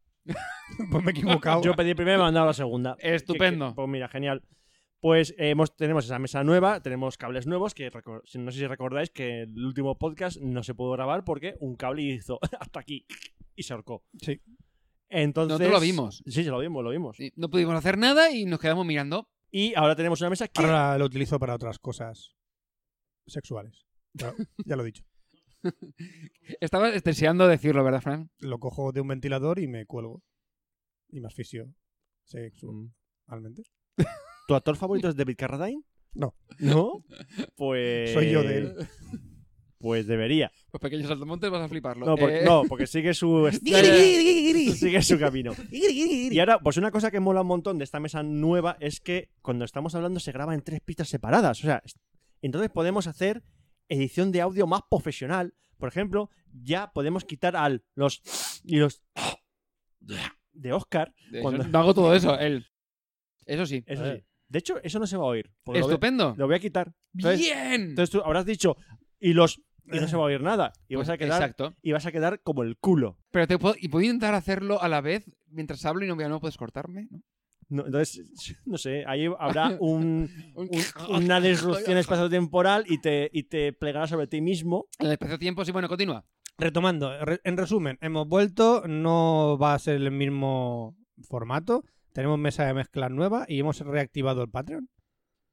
S2: Pues me he equivocado.
S1: Yo pedí primero y me han dado la segunda.
S3: Estupendo.
S1: Que- que- pues mira, genial. Pues eh, hemos, tenemos esa mesa nueva, tenemos cables nuevos, que recor- si- no sé si recordáis que el último podcast no se pudo grabar porque un cable hizo hasta aquí y se ahorcó.
S2: Sí.
S1: Entonces,
S3: Nosotros lo vimos.
S1: Sí, sí, lo vimos, lo vimos.
S3: Y No pudimos hacer nada y nos quedamos mirando.
S1: Y ahora tenemos una mesa que...
S2: Ahora lo utilizo para otras cosas sexuales. Ya, ya lo he dicho.
S3: Estabas deseando decirlo, ¿verdad, Fran?
S2: Lo cojo de un ventilador y me cuelgo. Y me asfixio
S1: Mm.
S2: sexualmente.
S1: ¿Tu actor favorito es David Carradine?
S2: No.
S1: Mm. ¿No? Pues...
S2: Soy yo de él.
S1: Pues debería.
S3: Pues pequeños saltamontes vas a fliparlo.
S1: No, porque,
S3: Eh,
S1: no, porque sigue su... sigue su camino. Y ahora, pues una cosa que mola un montón de esta mesa nueva es que cuando estamos hablando se graba en tres pistas separadas. O sea, es- entonces podemos hacer edición de audio más profesional. Por ejemplo, ya podemos quitar al los y los de Oscar.
S3: de-
S1: cuando-
S3: No hago todo eso. él. Eso sí.
S1: Eso sí. De hecho, eso no se va a oír. porque pues Lo voy,
S3: Estupendo.
S1: lo voy a quitar. Entonces,
S3: Bien.
S1: entonces tú habrás dicho y los y no se va a oír nada. Y vas
S3: Pues,
S1: a quedar
S3: Exacto.
S1: y vas a quedar como el culo.
S3: Pero te puedo, y puedo intentar hacerlo a la vez mientras hablo y no, no puedes cortarme. ¿no?
S1: No, entonces, no sé, ahí habrá un
S3: Un-
S1: un- una disrupción espacio-temporal y te, y te plegará sobre ti mismo.
S3: El espacio-tiempo, sí, bueno, continúa.
S2: Retomando, re- en resumen, hemos vuelto, no va a ser el mismo formato, tenemos mesa de mezclas nueva y hemos reactivado el Patreon.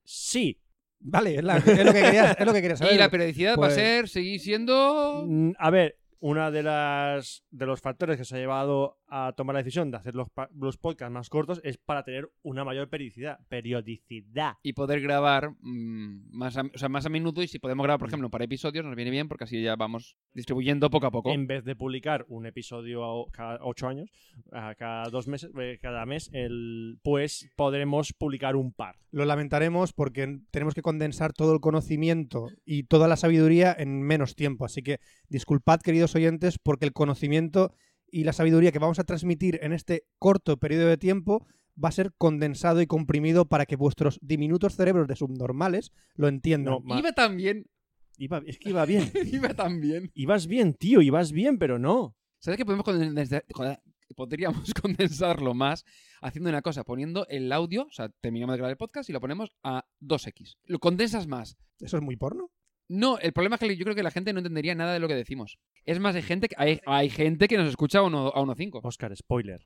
S1: Sí.
S2: Vale, es, la- es lo, que quería, es lo que quería saber.
S3: y la periodicidad va a
S2: pues-
S3: ser seguir siendo.
S1: Mm, A ver, una de las de los factores que se ha llevado a tomar la decisión de hacer los, pa- los podcasts más cortos es para tener una mayor periodicidad. Periodicidad.
S3: Y poder grabar mm, más, a, o sea, más a menudo. Y si podemos grabar, por
S1: Mm.
S3: ejemplo, para episodios, nos viene bien porque así ya vamos distribuyendo poco a poco.
S1: En vez de publicar un episodio a o- cada ocho años, a cada dos meses, eh, cada mes, el, pues podremos publicar un par.
S2: Lo lamentaremos porque tenemos que condensar todo el conocimiento y toda la sabiduría en menos tiempo. Así que disculpad, queridos oyentes, porque el conocimiento y la sabiduría que vamos a transmitir en este corto periodo de tiempo va a ser condensado y comprimido para que vuestros diminutos cerebros de subnormales lo entiendan.
S1: No, ma-
S3: Iba tan bien.
S1: iba- es que iba bien.
S3: Iba tan bien.
S1: Ibas bien, tío, ibas bien, pero no.
S3: ¿Sabes que podemos condensar- joder, podríamos condensarlo más haciendo una cosa? Poniendo el audio, o sea, terminamos de grabar el podcast y lo ponemos a 2x. Lo condensas más.
S2: Eso es muy porno.
S3: No, el problema es que yo creo que la gente no entendería nada de lo que decimos. Es más, hay gente que, hay, hay gente que nos escucha a 1.5. A 1.5.
S1: Oscar, spoiler.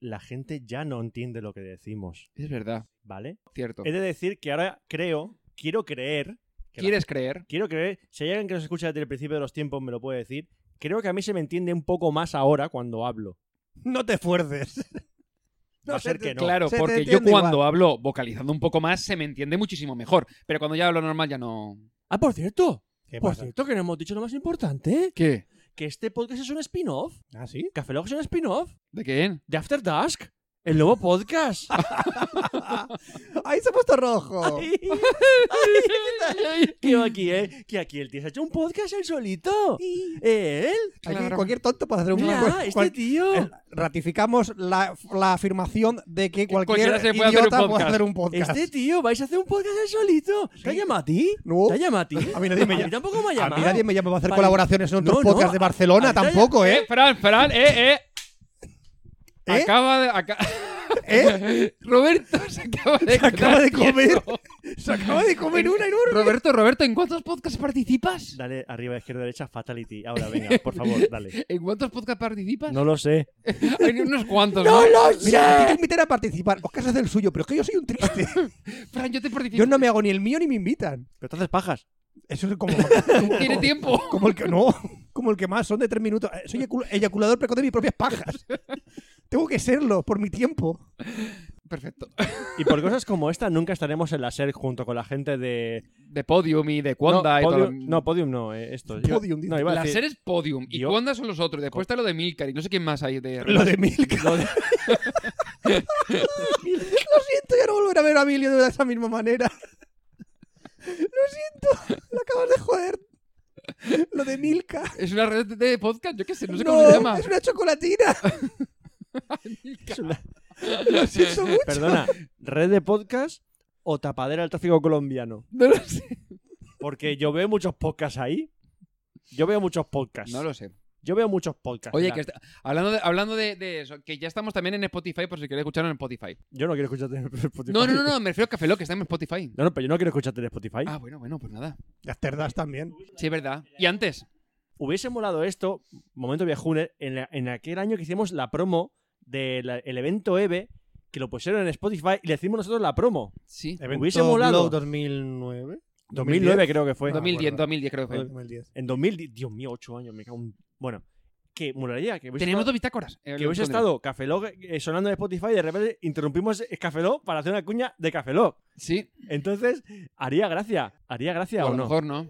S1: La gente ya no entiende lo que decimos,
S3: es verdad,
S1: ¿vale?
S3: cierto.
S1: He de decir que ahora creo, quiero creer, que la-
S3: ¿Quieres creer?
S1: quiero creer, si hay alguien que nos escucha desde el principio de los tiempos me lo puede decir, creo que a mí se me entiende un poco más ahora cuando hablo.
S2: No te esfuerces.
S1: Va a ser que no.
S3: Claro,
S2: Se te
S3: porque yo
S2: entiende
S3: cuando
S2: igual.
S3: hablo vocalizando un poco más se me entiende muchísimo mejor. Pero cuando ya hablo normal ya no.
S1: Ah, por cierto,
S2: ¿Qué
S1: por
S2: pasa?
S1: cierto que no hemos dicho lo más
S2: ¿Eh?
S1: importante,
S3: ¿Qué?
S1: que este podcast es un spin-off,
S2: ¿Ah, sí?
S1: Café Lock es un spin-off
S3: ¿De
S2: ¿Eh?
S3: qué?
S1: de After Dusk, el nuevo podcast.
S2: ¡Ahí se ha puesto rojo!
S1: Ay, que aquí, eh, que aquí el tío se ha hecho un podcast él solito. Él,
S2: Aquí
S3: Claro.
S2: cualquier tonto puede hacer un
S1: mira,
S2: cual-
S1: este
S2: cual-
S1: tío.
S2: Eh, Ratificamos la, la afirmación de que cualquier
S3: cualquiera se puede hacer
S2: idiota
S3: un
S2: puede
S3: podcast.
S2: hacer un podcast.
S1: Este tío, vais a hacer un podcast él solito. ¿Te llama a ti?
S2: No.
S1: ¿Te llama a ti?
S2: Oh. A mí nadie me
S1: A mí
S2: llama.
S1: tampoco me ha
S2: A
S1: llamado.
S2: mí nadie me llama para hacer
S1: Vale.
S2: colaboraciones en otros
S1: No, no,
S2: podcasts de
S1: a- a
S2: Barcelona, ¿eh?
S1: mí nadie-
S2: tampoco,
S3: Eh,
S2: ¿eh?
S3: Fran, Fran, eh, eh.
S2: ¿Eh?
S3: Acaba de. aca-
S2: ¿Eh?
S3: Roberto se acaba de,
S2: Se acaba de
S3: quedar
S2: comer.
S3: quieto.
S2: Se acaba de comer una enorme.
S3: Roberto, Roberto, ¿en cuántos podcasts participas?
S1: Dale arriba, izquierda, derecha, fatality. Ahora, venga, por favor, dale.
S3: ¿En cuántos podcasts participas?
S1: No lo sé.
S3: Hay unos cuantos.
S2: ¡No
S3: ¿no?
S2: lo sé! Mira, te que invitar a participar. Oscar se hace el suyo, pero es que yo soy un triste.
S3: Fran, yo te participo.
S2: Yo no me hago ni el mío ni me invitan.
S1: Pero tú haces pajas.
S2: Eso es como. como-
S3: Tiene tiempo.
S2: Como el que no. Como el que más, son de tres minutos. Eh, Soy eyacul- eyaculador precoz de mis propias pajas. Tengo que serlo por mi tiempo.
S3: Perfecto.
S1: Y por cosas como esta, nunca estaremos en la SER junto con la gente de.
S3: De Podium y de
S1: no,
S3: Quanda y todo lo-
S1: podium, no, podium no, eh, esto. Yo-
S2: Podium, dice.
S1: no, iba a
S3: la
S1: decir-
S3: serie es Podium y
S1: Yo-
S3: Quanda son los otros. y Después está lo de Milcar y no sé quién más hay de.
S2: Lo de Milka. Lo, siento, ya no volveré a ver a Emilio de esa misma manera. Lo siento, lo acabas de joder. Lo de Milka.
S3: Es una red de podcast, yo qué sé, no sé
S2: No,
S3: cómo se llama.
S2: es una chocolatina.
S3: Milcar.
S2: Lo siento mucho.
S1: Perdona, red de podcast o tapadera al tráfico colombiano.
S3: No lo sé.
S1: Porque yo veo muchos podcasts ahí. Yo veo muchos podcasts.
S3: No lo sé.
S1: Yo veo muchos podcasts.
S3: Oye,
S1: Ya,
S3: que está- hablando, de, hablando de, de eso, que ya estamos también en Spotify, por si queréis escucharlo en Spotify.
S1: Yo no quiero escucharte en Spotify.
S3: No, no, no, no, me refiero a Café Lock, que está en Spotify.
S1: No, no, pero yo no quiero escucharte en Spotify.
S3: Ah, bueno, bueno, pues nada.
S2: Las cerdas también.
S3: Sí, es verdad. Y antes,
S1: Hubiese molado esto, momento viajuner, en, la- en aquel año que hicimos la promo del el evento EVE, que lo pusieron en Spotify y le hicimos nosotros la promo.
S3: sí.
S1: Hubiese molado.
S2: Blog 2009.
S1: 2009 creo que fue.
S2: Ah,
S3: 2010,
S2: bueno.
S3: 2010 creo
S1: Eh,
S3: que fue.
S2: 2010.
S1: En 2010. Dios mío, 8 años, me cago en... Bueno, que molaría que hubiese
S3: Tenemos
S1: estado-
S3: dos bitácoras. eh,
S1: que hubiese
S3: escondidas.
S1: estado Café Lock, eh, sonando en Spotify y de repente interrumpimos eh, Café Lock para hacer una cuña de Café Lock.
S3: Sí,
S1: Entonces, haría gracia. ¿Haría gracia
S3: o
S1: o
S3: a lo
S1: no?
S3: mejor no.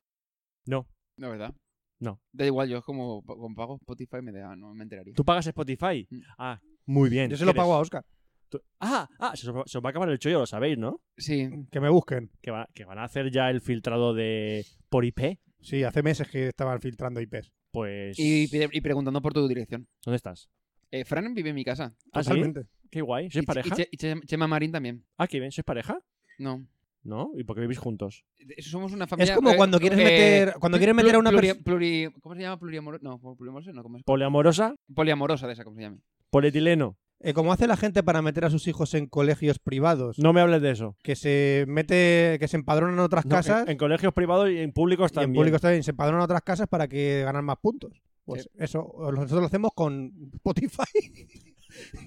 S1: No.
S3: La verdad.
S1: No.
S3: Da igual, yo es como con pago Spotify me da, no me enteraría.
S1: ¿Tú pagas Spotify?
S3: Mm.
S1: Ah, muy bien.
S2: Yo se lo
S1: ¿Quieres?
S2: pago a Oscar.
S1: Tú- Ah, ah, se os, se os va a acabar el chollo, lo sabéis, ¿no?
S3: Sí.
S2: Que me busquen.
S1: Que, va- que van a hacer ya el filtrado de por IP.
S2: Sí, hace meses que estaban filtrando IPs.
S1: Pues.
S3: Y, pide- y preguntando por tu dirección.
S1: ¿Dónde estás?
S3: Eh, Fran vive en mi casa.
S1: Ah, ¿sí?
S2: Totalmente.
S1: Qué guay.
S3: Y
S1: ¿Sois
S3: Che-
S1: pareja?
S3: Y, Che- y Che- Chema Marín también.
S1: Ah, qué bien. ¿Sois pareja?
S3: No.
S1: ¿No? ¿Y por qué vivís juntos?
S3: Eh, Somos una
S2: Es
S3: familia.
S2: como
S3: eh,
S2: cuando quieres
S3: eh,
S2: meter, cuando quieres meter a una
S3: pluri-
S2: persona.
S3: pluri- ¿Cómo se llama? Poliamorosa. No, poliamorosa no. ¿cómo es?
S1: ¿Poliamorosa?
S3: Poliamorosa de esa, ¿cómo se llama?
S1: ¿Polietileno?
S2: Eh, como hace la gente para meter a sus hijos en colegios privados,
S1: No me hables de eso.
S2: que se mete, que se empadronan en otras
S1: No,
S2: casas,
S1: en, en colegios privados y en públicos
S2: y en
S1: también.
S2: públicos también, se empadronan en otras casas para que ganan más puntos. Pues eso, nosotros lo hacemos con Spotify.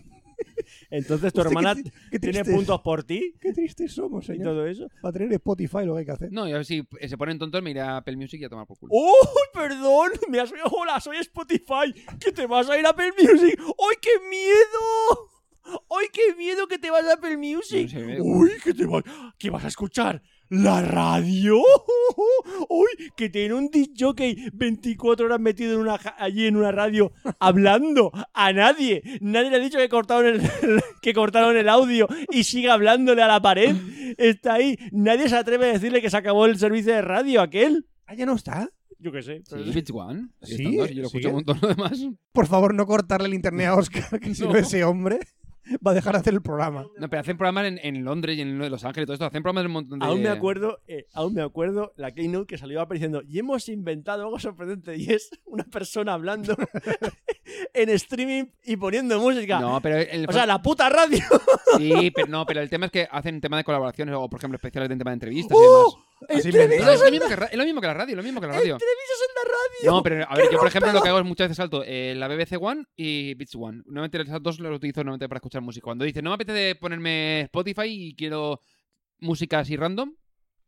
S1: Entonces tu
S2: Hostia,
S1: hermana
S2: qué tri- qué
S1: tiene
S2: tristes-
S1: puntos por ti
S2: Qué tristes somos,
S1: y
S2: señor.
S1: todo eso.
S2: Para tener Spotify lo que hay que hacer.
S3: No, y a ver si eh, se ponen tontos, me iré a Apple Music y a tomar por culo.
S1: ¡Oh, perdón! Me has... ¡Hola, soy Spotify! ¡Que te vas a ir a Apple Music! ¡Ay, qué miedo! ¡Ay, qué miedo que te vas a Apple Music!
S3: No sé, ¿eh?
S4: ¡Oh,
S1: ¡Uy, que te vas... ¿Qué vas a escuchar? ¿La radio? ¡Uy, que tiene un disc jockey 24 horas metido en una, ja- allí en una radio hablando a nadie! Nadie le ha dicho que cortaron el, que cortaron el audio y sigue hablándole a la pared. Está ahí. Nadie se atreve a decirle que se acabó el servicio de radio aquel.
S2: Ah, ya no está.
S1: Yo qué sé. pero-
S3: Sí, Beach One.
S2: Sí,
S3: están dos, yo lo escucho
S2: sigue.
S3: un montón lo demás.
S2: Por favor, no cortarle el internet a Oscar, que si
S3: No.
S2: no ese hombre va a dejar de hacer el programa.
S3: No, pero hacen programas en, en Londres y en Los Ángeles y todo esto. Hacen programas en un montón de...
S1: Aún me acuerdo, eh, aún me acuerdo la keynote que salió apareciendo y hemos inventado algo sorprendente y es una persona hablando en streaming y poniendo música.
S3: No, pero el,
S1: o sea, la puta radio.
S3: sí, pero no, pero el tema es que hacen tema de colaboraciones o, por ejemplo, especiales en tema de entrevistas
S1: ¡Oh!
S2: Así
S3: y
S2: inventado.
S3: demás.
S1: Entrevistas
S3: No, es, lo mismo que, ra- es lo mismo que la radio, es lo mismo que la
S1: en
S3: radio.
S1: la radio.
S3: No, pero a ver, yo por ejemplo lo que hago es muchas veces salto eh, la BBC One y Beats One. Normalmente esas dos las utilizo normalmente para escuchar música. Cuando dices, no me apetece ponerme Spotify y quiero música así random,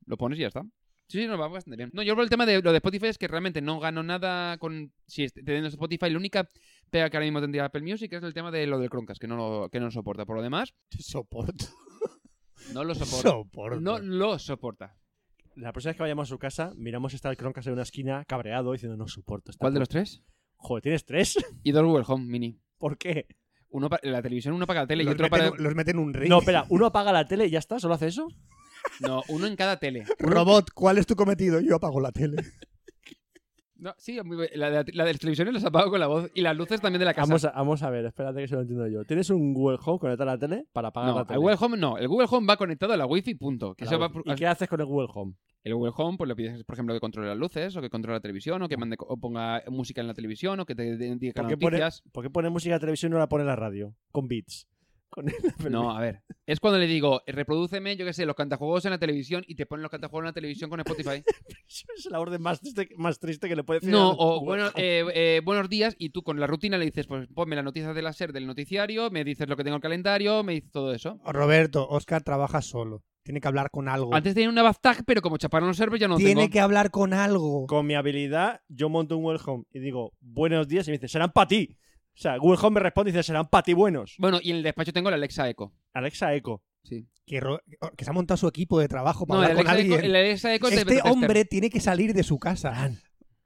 S3: lo pones y ya está. Sí, sí, nos va bastante bien. No, yo por el tema de lo de Spotify es que realmente no gano nada con si est- teniendo Spotify. La única pega que ahora mismo tendría Apple Music es el tema de lo del Croncast, que no lo, que no lo soporta. Por lo demás,
S2: Soporto.
S3: no lo soporta.
S2: Soporto.
S3: No lo soporta.
S1: La próxima vez que vayamos a su casa, miramos esta croncas en una esquina cabreado diciendo no soporto esta
S3: ¿Cuál
S1: puta-
S3: de los tres?
S1: Joder, ¿tienes tres?
S3: Y dos Google Home Mini.
S1: ¿Por qué?
S3: Uno para la televisión, uno para la tele y
S2: Los,
S3: otro
S2: meten,
S3: para...
S2: los meten un ring.
S1: No, espera, uno apaga la tele y ya está, solo hace eso.
S3: No, uno en cada tele.
S2: Robot, ¿cuál es tu cometido? Yo apago la tele.
S3: No, sí, muy bien. la de, la de las televisiones las apago con la voz y las luces también de la casa.
S1: Vamos a, vamos a ver, espérate que se lo entiendo yo. ¿Tienes un Google Home conectado a la tele para apagar
S3: no,
S1: la tele?
S3: el Google Home no. El Google Home va conectado a la Wi-Fi, punto. Que
S1: A la
S3: se va
S1: wifi.
S3: por-
S1: ¿Y qué haces con el Google Home?
S3: El Google Home, pues le pides, por ejemplo, que controle las luces o que controle la televisión o que mande, o ponga música en la televisión o que te de- diga
S1: ¿Por qué pone-
S3: noticias.
S1: ¿Por qué pone música de televisión y no la pone la radio? Con beats. con él. pero-
S3: No, a ver. Es cuando le digo, reprodúceme, yo qué sé, los cantajuegos en la televisión y te ponen los cantajuegos en la televisión con Spotify.
S1: Eso es la orden más triste, más triste que le puede decir.
S3: No,
S1: a-
S3: o bueno, eh, eh, buenos días y tú con la rutina le dices, pues ponme las noticias de la SER del noticiario, me dices lo que tengo en el calendario, me dices todo eso.
S2: Roberto, Oscar trabaja solo. Tiene que hablar con algo.
S3: Antes tenía una Baftag, pero como chaparon los servers ya no
S2: Tiene
S3: tengo.
S2: que hablar con algo.
S1: Con mi habilidad, yo monto un welcome y digo, buenos días, y me dice, serán para ti. O sea, welcome me responde y dice, serán para ti buenos.
S3: Bueno, y en el despacho tengo el Alexa Echo.
S1: Alexa Echo.
S3: Sí.
S2: Que, Ro- que se ha montado su equipo de trabajo para
S3: No, el
S2: hablar con
S3: Alexa, Echo,
S2: alguien.
S3: el Alexa Echo es de
S2: Este
S3: beta tester.
S2: hombre tiene que salir de su casa.
S4: Fran,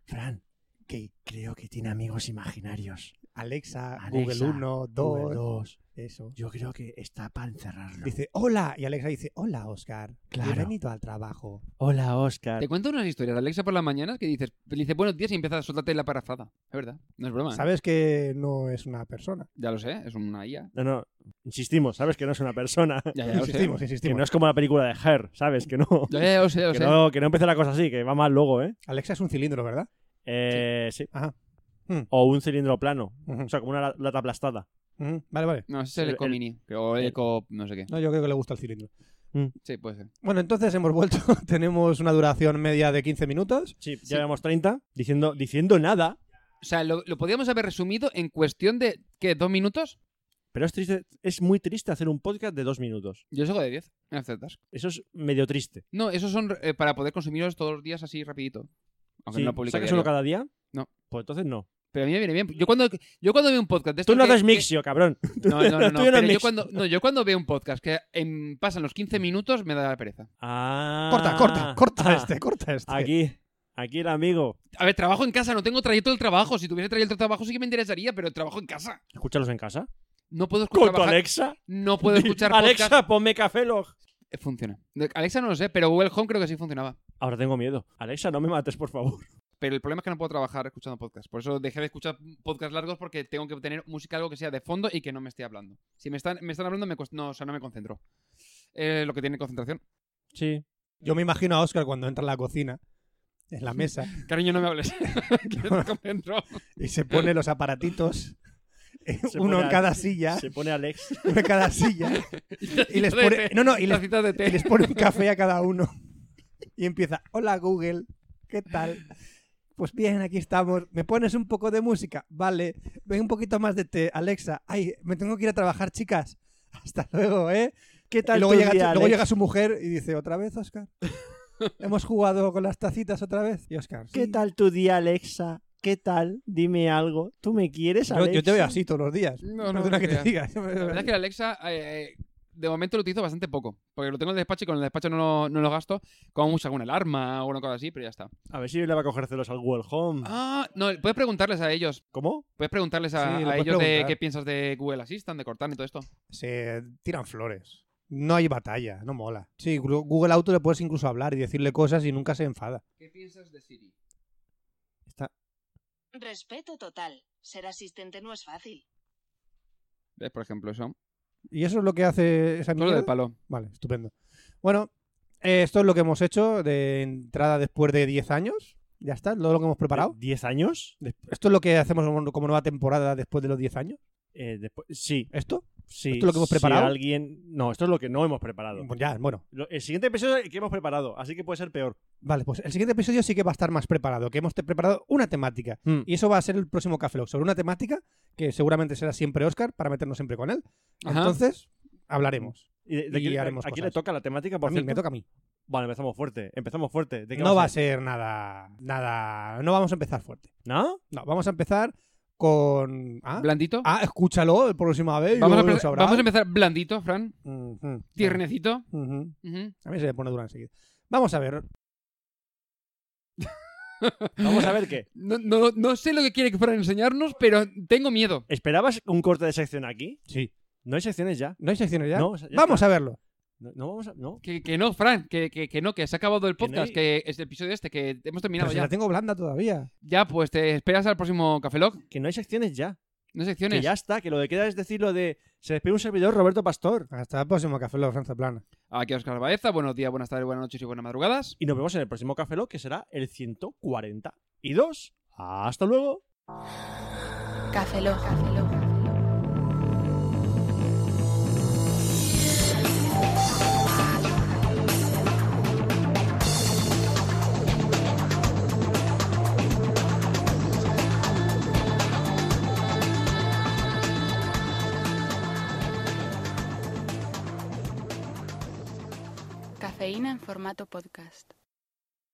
S4: Fran, que creo que tiene amigos imaginarios.
S2: Alexa,
S4: Alexa,
S2: Google 1, 2,
S4: Google dos.
S2: eso.
S4: Yo creo que está para encerrarlo.
S2: Dice, hola. Y Alexa dice, hola, Oscar.
S4: Claro.
S2: Bienvenido al trabajo.
S1: Hola, Oscar.
S3: Te cuento unas historias de Alexa por las mañanas que dices, le dice buenos días y empieza a soltarte la parafada. Es verdad, no es broma. ¿eh?
S2: Sabes que no es una persona.
S3: Ya lo sé, es una IA.
S1: No, no, insistimos, sabes que no es una persona.
S3: Ya, ya lo sé.
S2: insistimos,
S1: Que
S2: insistimos.
S1: no es como la película de Her, ¿sabes? Que no.
S3: Ya, ya lo sé, ya lo
S1: Que
S3: sé.
S1: no, que no empiece la cosa así, que va mal luego, ¿eh?
S2: Alexa es un cilindro, ¿verdad?
S1: Eh, sí.
S2: Ajá. Hmm.
S1: O un cilindro plano.
S2: Ujú.
S1: O sea, como una la- lata aplastada.
S2: Ujú. Mm, Vale, vale.
S3: No, ese es
S1: el-
S3: el Eco
S1: el-
S3: Mini, que- o
S1: el-
S3: Eco no sé qué.
S2: No, yo creo que le gusta el cilindro.
S3: Sí, puede ser.
S2: Bueno, entonces hemos vuelto. Tenemos una duración media de 15 minutos.
S1: Sí, ya llevamos 30 diciendo, diciendo nada.
S3: O sea, lo, lo podíamos haber resumido en cuestión de, ¿qué? ¿Dos minutos?
S1: Pero es triste, es muy triste hacer un podcast de dos minutos.
S3: Yo sigo de 10 en After Task.
S1: Eso es medio triste.
S3: No, esos son eh, para poder consumirlos todos los días así rapidito. Aunque
S1: Sí,
S3: no publico
S1: ¿Sacas
S3: diario.
S1: uno cada día?
S3: No.
S1: Pues entonces no.
S3: Pero a mí me viene bien. Yo cuando, yo cuando veo un podcast de
S1: Tú
S3: estos
S1: no
S3: que-
S1: haces
S3: que-
S1: mixio, cabrón.
S3: No, no, no. no,
S1: Tú no
S3: pero
S1: mix.
S3: yo cuando, no, yo cuando veo un podcast que em, pasan los 15 minutos me da la pereza.
S1: Ah.
S2: Corta, corta, corta
S1: Ah,
S2: este, corta este.
S1: Aquí, aquí el amigo.
S3: A ver, trabajo en casa, no tengo trayecto del trabajo. Si tuviese trayecto del trabajo sí que me interesaría, pero trabajo en casa.
S1: Escúchalos en casa.
S3: No puedo escuchar
S1: Con tu
S3: trabajar-
S1: Alexa.
S3: No puedo escuchar
S1: Alexa,
S3: podcast.
S1: ponme café log.
S3: Eh, Funciona. De- Alexa no lo sé, pero Google Home creo que sí funcionaba.
S1: Ahora tengo miedo. Alexa, no me mates, por favor.
S3: Pero el problema es que no puedo trabajar escuchando podcast. Por eso dejé de escuchar podcasts largos porque tengo que tener música algo que sea de fondo y que no me esté hablando. Si me están, me están hablando, me cuest- no, o sea, no me concentro. Eh, lo que tiene concentración.
S1: Sí.
S2: Yo me imagino a Oscar cuando entra a la cocina, en la mesa,
S3: Cariño, no me hables. Que no me concentro.
S2: y se pone los aparatitos, eh,
S1: Se
S2: uno
S1: pone
S2: en
S1: a-
S2: cada silla,
S1: Se pone Alex.
S2: uno en cada silla, y les pone, no, no, y les,
S3: Tacitas de té.
S2: y les pone un café a cada uno. Y empieza, hola Google, ¿qué tal? Pues bien, aquí estamos. ¿Me pones un poco de música? Vale. Ven un poquito más de té, Alexa. Ay, me tengo que ir a trabajar, chicas. Hasta luego, ¿eh?
S1: ¿Qué
S2: Y
S1: tal
S2: luego,
S1: tu
S2: llega,
S1: día,
S2: luego
S1: Alex?
S2: llega su mujer y dice, ¿otra vez, Oscar? Hemos jugado con las tacitas otra vez. Y Oscar,
S1: ¿Qué
S2: "Sí".
S1: tal tu día, Alexa? ¿Qué tal? Dime algo. ¿Tú me quieres,
S2: Yo,
S1: Alexa?
S2: yo te veo así todos los días.
S3: No, no,
S2: Perdona
S3: no
S2: que te
S3: creas.
S2: diga.
S3: La verdad es que la Alexa, eh, eh, de momento lo utilizo bastante poco. Porque lo tengo en el despacho y con el despacho no lo, no lo gasto. Como mucho alguna alarma o alguna cosa así, pero ya está.
S1: A ver si le va a coger celos al Google Home.
S3: Ah, no, puedes preguntarles a ellos.
S1: ¿Cómo?
S3: Puedes preguntarles
S2: Sí, lo
S3: a, a
S2: puedes
S3: ellos de
S2: preguntar.
S3: qué piensas de Google Assistant, de Cortana y todo esto.
S2: Se tiran flores. No hay batalla, no mola. Sí, Gru- Google Auto le puedes incluso hablar y decirle cosas y nunca se enfada.
S3: ¿Qué piensas de Siri?
S5: Respeto total. Ser asistente no es fácil.
S3: ¿Ves, por ejemplo, eso?
S2: ¿Y eso es lo que hace esa
S3: Todo lo del
S2: mierda?
S3: palo.
S2: Vale, estupendo. Bueno, eh, esto es lo que hemos hecho de entrada después de 10 años. Ya está, todo lo que hemos preparado.
S1: Eh, ¿Diez años?
S2: Des- Esto es lo que hacemos como como nueva temporada después de los 10 años.
S1: Eh, después- sí,
S2: ¿Esto?
S1: sí.
S2: ¿Esto es lo que hemos
S1: Si
S2: preparado?
S1: alguien... No, esto es lo que no hemos preparado.
S2: Pues ya, bueno.
S1: Lo- El siguiente episodio es el que hemos preparado, así que puede ser peor.
S2: Vale, pues el siguiente episodio sí que va a estar más preparado, que hemos te- preparado una temática. Y eso va a ser el próximo Café Lock, sobre una temática que seguramente será siempre Oscar, para meternos siempre con él.
S3: Ajá.
S2: Entonces, hablaremos.
S1: ¿Y de- de
S2: Y
S1: quién- a,
S2: haremos
S1: a quién le
S2: cosas.
S1: toca la temática?
S2: A
S1: Por
S2: mí, me
S1: cierto?
S2: toca a mí.
S1: Vale, empezamos fuerte. Empezamos fuerte. ¿De qué
S2: No va a
S1: a
S2: ser nada, nada, no vamos a empezar fuerte.
S1: ¿No?
S2: No, vamos a empezar con... Ah,
S3: ¿Blandito?
S2: ah, escúchalo el próximo vez. y
S3: vamos,
S2: luego
S3: a
S2: lo Mm,
S3: empezar,
S2: sabrás.
S3: vamos a empezar blandito, Fran.
S2: Ujú.
S3: Tiernecito.
S2: Ujú.
S3: Ujú.
S2: mm, A mí se me pone dura enseguida. Vamos a ver.
S1: Vamos a ver qué.
S3: No, no, no sé lo que quiere que fueran a enseñarnos, pero tengo miedo.
S1: ¿Esperabas un corte de sección aquí?
S2: Sí.
S1: No hay secciones ya.
S2: ¿No hay secciones ya?
S1: No, o sea, ya
S2: vamos
S1: está.
S2: a verlo.
S1: No, no vamos a. No.
S3: Que, que no, Fran, que, que, que no, que se ha acabado el
S1: Que no
S3: podcast,
S1: hay-
S3: que, es el episodio este, que hemos
S2: Pero
S3: terminado
S2: si
S3: ya.
S2: la tengo blanda todavía.
S3: Ya, pues te esperas al próximo Café Lock.
S1: Que no hay secciones ya.
S3: No
S1: Que
S3: secciones.
S1: ya está. Que lo que queda es decir lo de. Se despide un servidor, Roberto Pastor.
S2: Hasta el próximo Café Lock Franza Plana.
S3: Aquí Oscar Baeza. Buenos días, buenas tardes, buenas noches y buenas madrugadas.
S1: Y nos vemos en el próximo Café Lock, que será el 140. Y dos. Hasta luego.
S5: Café Lock. en formato podcast.